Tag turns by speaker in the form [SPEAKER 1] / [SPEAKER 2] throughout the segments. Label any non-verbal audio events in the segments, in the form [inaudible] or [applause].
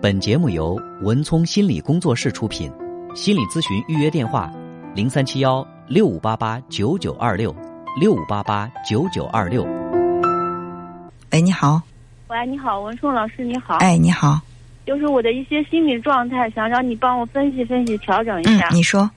[SPEAKER 1] 本节目由文聪心理工作室出品，心理咨询预约电话：零三七幺六五八八九九二六六五八八九九二六。
[SPEAKER 2] 喂，哎你好，
[SPEAKER 3] 喂，你好，文硕老师，你好。，
[SPEAKER 2] 哎，你好，
[SPEAKER 3] 就是我的一些心理状态，想让你帮我分析分析，调整一
[SPEAKER 2] 嗯
[SPEAKER 3] 下，。
[SPEAKER 2] 你说，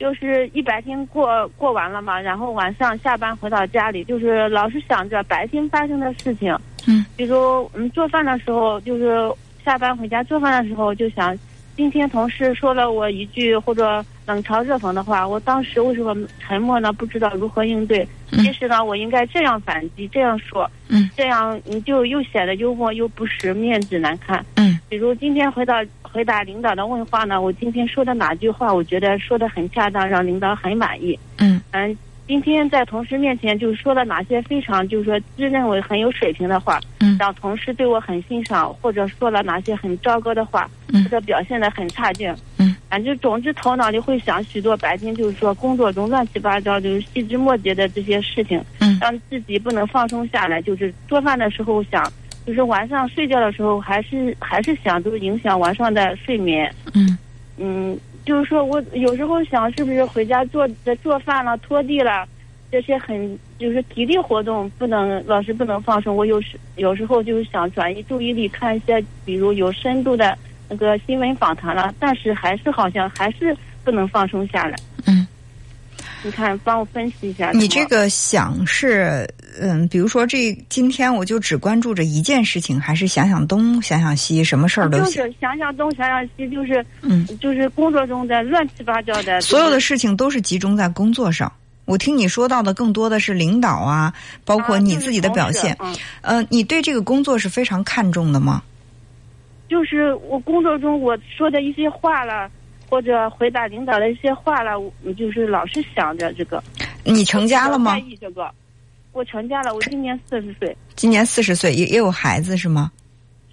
[SPEAKER 3] 就是一白天过过完了嘛，然后晚上下班回到家里，就是老是想着白天发生的事情。
[SPEAKER 2] 嗯，
[SPEAKER 3] 比如嗯，做饭的时候，就是下班回家做饭的时候，就想今天同事说了我一句或者冷嘲热讽的话，我当时为什么沉默呢？不知道如何应对。
[SPEAKER 2] 嗯
[SPEAKER 3] 其实呢，我应该这样反击，这样说，
[SPEAKER 2] 嗯，
[SPEAKER 3] 这样你就又显得幽默又不失面子难看。
[SPEAKER 2] 嗯
[SPEAKER 3] 比如今天回答回答领导的问话呢，我今天说的哪句话，我觉得说的很恰当，让领导很满意。
[SPEAKER 2] 嗯
[SPEAKER 3] 嗯，今天在同事面前就说了哪些非常就是说自认为很有水平的话，
[SPEAKER 2] 嗯
[SPEAKER 3] 让同事对我很欣赏，或者说了哪些很糟糕的话，
[SPEAKER 2] 嗯
[SPEAKER 3] 或者表现的很差劲。
[SPEAKER 2] 嗯，
[SPEAKER 3] 反正总之头脑里会想许多白天就是说工作中乱七八糟就是细枝末节的这些事情，
[SPEAKER 2] 嗯
[SPEAKER 3] 让自己不能放松下来，就是做饭的时候想。就是晚上睡觉的时候，还是还是想，就是影响晚上的睡眠。
[SPEAKER 2] 嗯
[SPEAKER 3] 嗯，就是说我有时候想，是不是回家做做饭了、拖地了，这些很就是体力活动不能老是不能放松。我有时有时候就是想转移注意力，看一些比如有深度的那个新闻访谈了，但是还是好像还是不能放松下来。
[SPEAKER 2] 嗯，
[SPEAKER 3] 你看，帮我分析一下。
[SPEAKER 2] 你这个想是，嗯，比如说这今天我就只关注着一件事情，还是想想东想想西，什么事儿都
[SPEAKER 3] 啊就
[SPEAKER 2] 想，
[SPEAKER 3] 是想想东想想西，就是
[SPEAKER 2] 嗯，
[SPEAKER 3] 就是工作中的乱七八糟的
[SPEAKER 2] 所有的事情都是集中在工作上。我听你说到的更多的是领导啊，包括你自己的表现。
[SPEAKER 3] 嗯，
[SPEAKER 2] 呃，你对这个工作是非常看重的吗？
[SPEAKER 3] 就是我工作中我说的一些话了，或者回答领导的一些话了，我就是老是想着这个。
[SPEAKER 2] 你成家了吗
[SPEAKER 3] 在？意这个，我成家了，我今年四十岁。
[SPEAKER 2] 今年四十岁，也也有孩子是吗？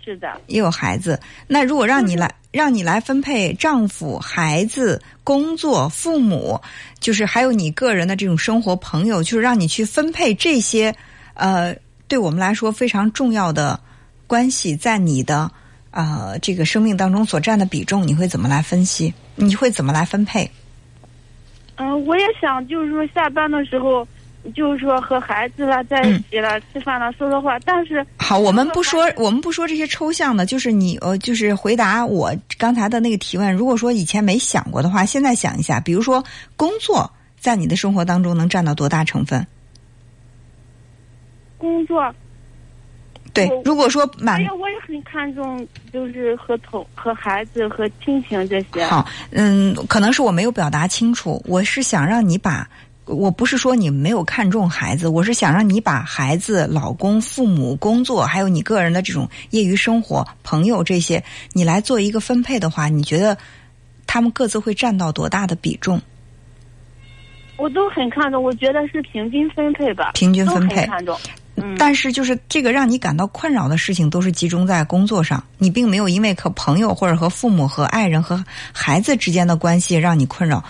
[SPEAKER 3] 是的，
[SPEAKER 2] 也有孩子。那如果让你来，让你来分配丈夫、孩子、工作、父母，就是还有你个人的这种生活、朋友，就是让你去分配这些，呃，对我们来说非常重要的关系，在你的呃这个生命当中所占的比重，你会怎么来分析？你会怎么来分配？
[SPEAKER 3] 嗯、我也想，就是说下班的时候，就是说和孩子啦在
[SPEAKER 2] 嗯
[SPEAKER 3] 一起了，吃饭了，说说话，但是
[SPEAKER 2] 好，我们不说，我们不说这些抽象的，就是你呃，就是回答我刚才的那个提问。如果说以前没想过的话，现在想一下，比如说工作在你的生活当中能占到多大成分？
[SPEAKER 3] 工作，
[SPEAKER 2] 对
[SPEAKER 3] 我，
[SPEAKER 2] 如果说满
[SPEAKER 3] 哎呀，我也很看重，就是和同和孩子和亲情这些。
[SPEAKER 2] 好，嗯，可能是我没有表达清楚，我是想让你把。我不是说你没有看重孩子，我是想让你把孩子、老公、父母、工作，还有你个人的这种业余生活、朋友这些，你来做一个分配的话，你觉得他们各自会占到多大的比重？
[SPEAKER 3] 我都很看重，我觉得是平均分配吧，
[SPEAKER 2] 平均
[SPEAKER 3] 都
[SPEAKER 2] 分
[SPEAKER 3] 很
[SPEAKER 2] 配。
[SPEAKER 3] 看重。嗯，
[SPEAKER 2] 但是就是这个让你感到困扰的事情，都是集中在工作上，你并没有因为和朋友或者和父母、和爱人、和孩子之间的关系让你困扰，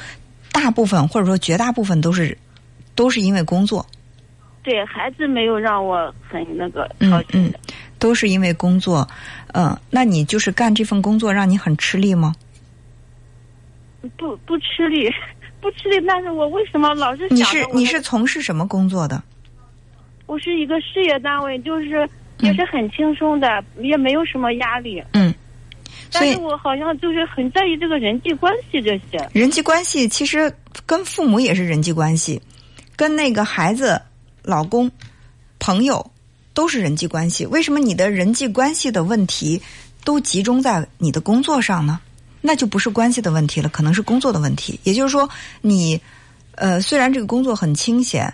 [SPEAKER 2] 大部分或者说绝大部分都是都是因为工作，
[SPEAKER 3] 对孩子没有让我很那个
[SPEAKER 2] 嗯
[SPEAKER 3] 操心的，
[SPEAKER 2] 都是因为工作，嗯、那你就是干这份工作让你很吃力吗？嗯
[SPEAKER 3] 不不吃力， [laughs] 不吃力。但是我为什么老是想
[SPEAKER 2] 你
[SPEAKER 3] 着
[SPEAKER 2] 是
[SPEAKER 3] 我
[SPEAKER 2] 你是从事什么工作的？
[SPEAKER 3] 我是一个事业单位，就是也是很轻松的，也没有什么压力。
[SPEAKER 2] 嗯，所
[SPEAKER 3] 但
[SPEAKER 2] 以
[SPEAKER 3] 是我好像就是很在意这个人际关系这些。
[SPEAKER 2] 人际关系其实跟父母也是人际关系，跟那个孩子、老公、朋友都是人际关系。为什么你的人际关系的问题都集中在你的工作上呢？那就不是关系的问题了，可能是工作的问题。也就是说，你呃，虽然这个工作很清闲，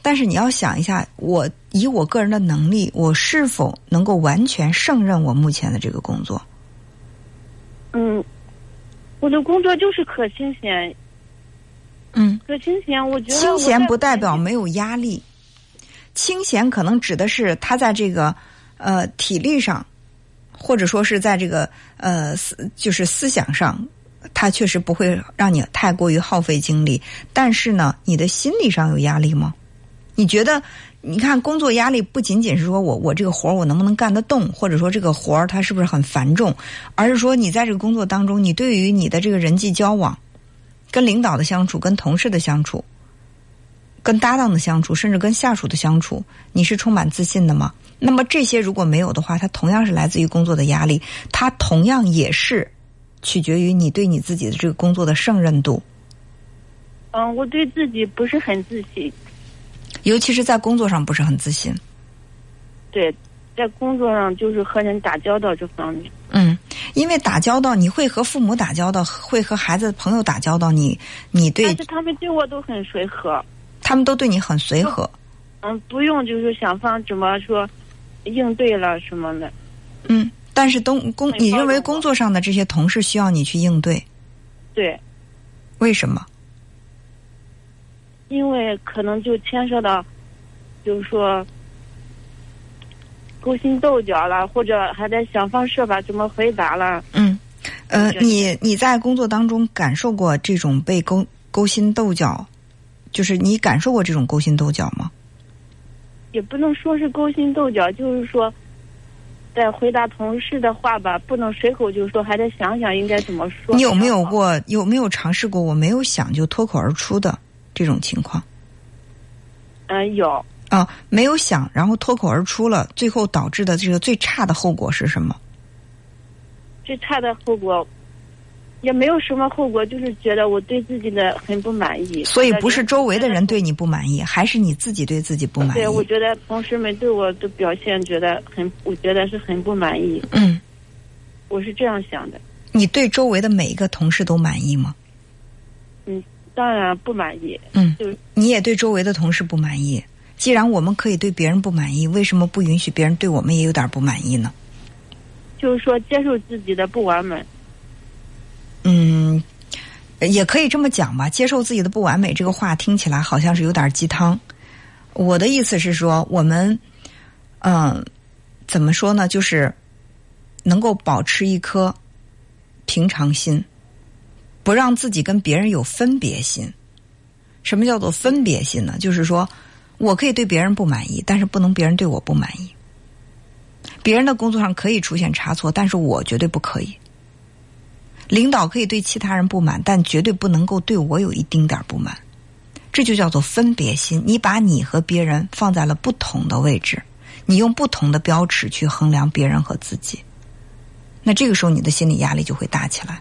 [SPEAKER 2] 但是你要想一下，我以我个人的能力，我是否能够完全胜任我目前的这个工作？
[SPEAKER 3] 嗯，我的工作就是可清闲，
[SPEAKER 2] 嗯，
[SPEAKER 3] 可清闲。我觉得
[SPEAKER 2] 清
[SPEAKER 3] 我
[SPEAKER 2] 闲
[SPEAKER 3] 在
[SPEAKER 2] 不代表没有压力，清闲可能指的是他在这个呃体力上，或者说是在这个呃思就是思想上，他确实不会让你太过于耗费精力。但是呢，你的心理上有压力吗？你觉得，你看工作压力不仅仅是说我我这个活儿我能不能干得动，或者说这个活儿它是不是很繁重，而是说你在这个工作当中，你对于你的这个人际交往、跟领导的相处、跟同事的相处、跟搭档的相处，甚至跟下属的相处，你是充满自信的吗？那么这些如果没有的话，它同样是来自于工作的压力，它同样也是取决于你对你自己的这个工作的胜任度。
[SPEAKER 3] 嗯，我对自己不是很自信，
[SPEAKER 2] 尤其是在工作上不是很自信。
[SPEAKER 3] 对，在工作上就是和人打交道这方面，
[SPEAKER 2] 嗯，因为打交道，你会和父母打交道，会和孩子、朋友打交道，你你对
[SPEAKER 3] 但是他们对我都很随和，
[SPEAKER 2] 他们都对你很随和。
[SPEAKER 3] 嗯，不用就是想方怎么说应对了什么的，
[SPEAKER 2] 嗯，但是东工，
[SPEAKER 3] 很
[SPEAKER 2] 你
[SPEAKER 3] 包
[SPEAKER 2] 认为
[SPEAKER 3] 容
[SPEAKER 2] 工
[SPEAKER 3] 我
[SPEAKER 2] 作上的这些同事需要你去应对，
[SPEAKER 3] 对，
[SPEAKER 2] 为什么？
[SPEAKER 3] 因为可能就牵涉到，就是说勾心斗角了，或者还得想方设法怎么回答了。
[SPEAKER 2] 嗯，呃，
[SPEAKER 3] 就是
[SPEAKER 2] 你你在工作当中感受过这种被勾勾心斗角，就是你感受过这种勾心斗角吗？
[SPEAKER 3] 也不能说是勾心斗角，就是说，在回答同事的话吧，不能随口就说，还得想想应该怎么说。
[SPEAKER 2] 你有没有？过有没有尝试过我没有想就脱口而出的这种情况
[SPEAKER 3] 嗯、有，
[SPEAKER 2] 啊？没有想，然后脱口而出了，最后导致的这个最差的后果是什么？
[SPEAKER 3] 最差的后果。也没有什么后果，就是觉得我对自己的很不满意，
[SPEAKER 2] 所以不是周围的人
[SPEAKER 3] 对，
[SPEAKER 2] 对你不满意，还是你自己对自己不满
[SPEAKER 3] 对我
[SPEAKER 2] 意？
[SPEAKER 3] 觉得同事们对我的表现觉得很，我觉得是很不满意。
[SPEAKER 2] 嗯，
[SPEAKER 3] 我是这样想的，
[SPEAKER 2] 你对周围的每一个同事都满意吗？
[SPEAKER 3] 当然不满意。
[SPEAKER 2] 嗯
[SPEAKER 3] 就是，
[SPEAKER 2] 你也对周围的同事不满意。既然我们可以对别人不满意，为什么不允许别人对我们也有点不满意呢？
[SPEAKER 3] 就是说接受自己的不完美，
[SPEAKER 2] 嗯，也可以这么讲吧。接受自己的不完美这个话听起来好像是有点鸡汤。我的意思是说，我们，嗯、怎么说呢？就是能够保持一颗平常心，不让自己跟别人有分别心。什么叫做分别心呢？就是说我可以对别人不满意，但是不能别人对我不满意。别人的工作上可以出现差错，但是我绝对不可以。领导可以对其他人不满，但绝对不能够对我有一丁点儿不满。这就叫做分别心。你把你和别人放在了不同的位置，你用不同的标尺去衡量别人和自己，那这个时候你的心理压力就会大起来，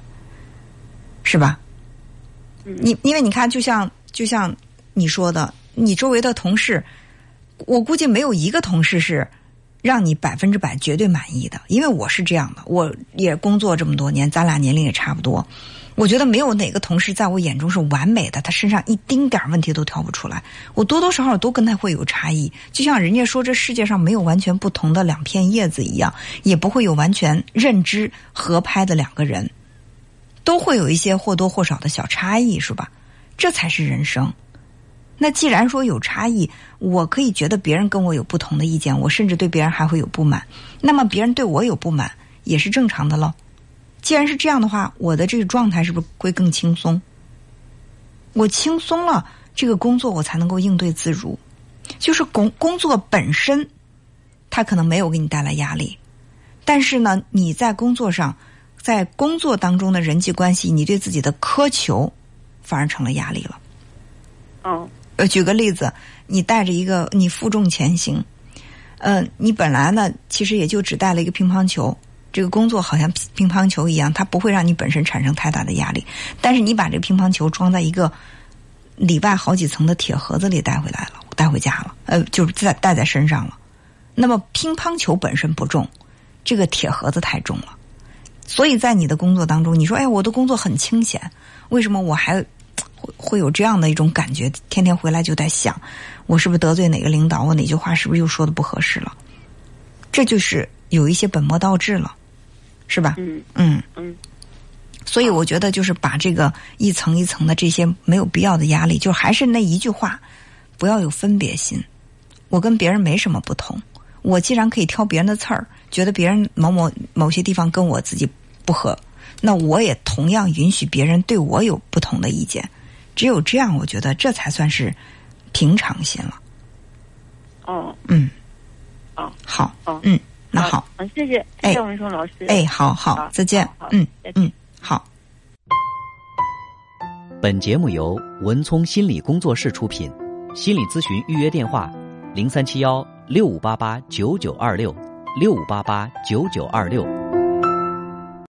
[SPEAKER 2] 是吧？
[SPEAKER 3] 嗯
[SPEAKER 2] 你因为你看，就像就像你说的，你周围的同事，我估计没有一个同事是让你百分之百绝对满意的，因为我是这样的，我也工作这么多年，咱俩年龄也差不多。我觉得没有哪个同事在我眼中是完美的，他身上一丁点儿问题都挑不出来。我多多少少都跟他会有差异，就像人家说这世界上没有完全不同的两片叶子一样，也不会有完全认知合拍的两个人，都会有一些或多或少的小差异，是吧？这才是人生。那既然说有差异，我可以觉得别人跟我有不同的意见，我甚至对别人还会有不满，那么别人对我有不满也是正常的喽。既然是这样的话，我的这个状态是不是会更轻松？我轻松了，这个工作我才能够应对自如。就是工工作本身，它可能没有给你带来压力，但是呢，你在工作上，在工作当中的人际关系，你对自己的苛求，反而成了压力了。
[SPEAKER 3] 嗯，
[SPEAKER 2] 呃，举个例子，你带着一个你负重前行，呃，你本来呢其实也就只带了一个乒乓球，这个工作好像乒乒乓球一样，它不会让你本身产生太大的压力，但是你把这个乒乓球装在一个里外好几层的铁盒子里带回来了，带回家了，呃，就是带带在身上了。那么乒乓球本身不重，这个铁盒子太重了，所以在你的工作当中，你说哎，我的工作很清闲，为什么我还会会有这样的一种感觉，天天回来就在想，我是不是得罪哪个领导？我哪句话是不是又说的不合适了？这就是有一些本末倒置了，是吧？
[SPEAKER 3] 嗯
[SPEAKER 2] 嗯
[SPEAKER 3] 嗯，
[SPEAKER 2] 所以我觉得就是把这个一层一层的这些没有必要的压力，就还是那一句话，不要有分别心。我跟别人没什么不同，我既然可以挑别人的刺儿，觉得别人某某某些地方跟我自己不合，那我也同样允许别人对我有不同的意见。只有这样，我觉得这才算是平常心了。
[SPEAKER 3] 哦，
[SPEAKER 2] 嗯，
[SPEAKER 3] 哦，
[SPEAKER 2] 好，
[SPEAKER 3] 哦
[SPEAKER 2] 嗯，那好，，
[SPEAKER 3] 嗯，谢谢，
[SPEAKER 2] 哎
[SPEAKER 3] 谢谢文松老师，
[SPEAKER 2] 哎，好好
[SPEAKER 3] 好，
[SPEAKER 2] 再见
[SPEAKER 3] 好好，
[SPEAKER 2] 嗯
[SPEAKER 3] 再见
[SPEAKER 2] 嗯，好，
[SPEAKER 1] 本节目由文聪心理工作室出品，心理咨询预约电话：零三七幺六五八八九九二六六五八八九九二六。